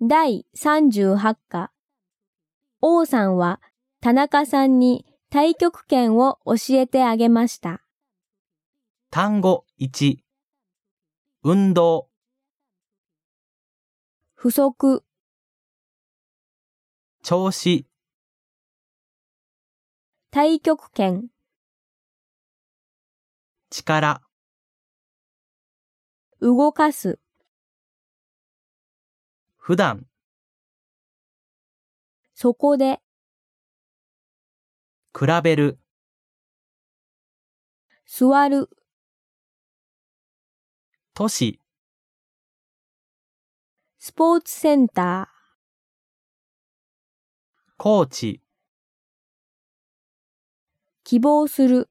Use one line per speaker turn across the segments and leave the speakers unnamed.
第38課。王さんは田中さんに太極拳を教えてあげました。
単語1、運動、
不足、
調子、
太極拳、
力、
動かす、
普段、
そこで、
比べる、
座る、
都市、
スポーツセンター、
コーチ、
希望する、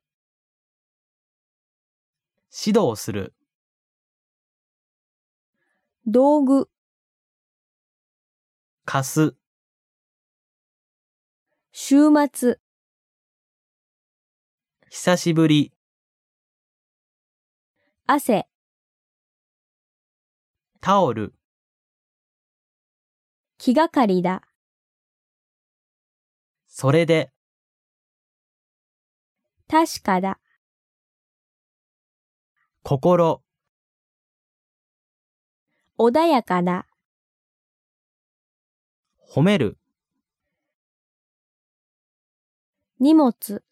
指導する、
道具、
貸す、
週末、
久しぶり、
汗、
タオル、
気がかりだ、
それで、
確かだ、
心、
穏やかだ、
褒める、
荷物、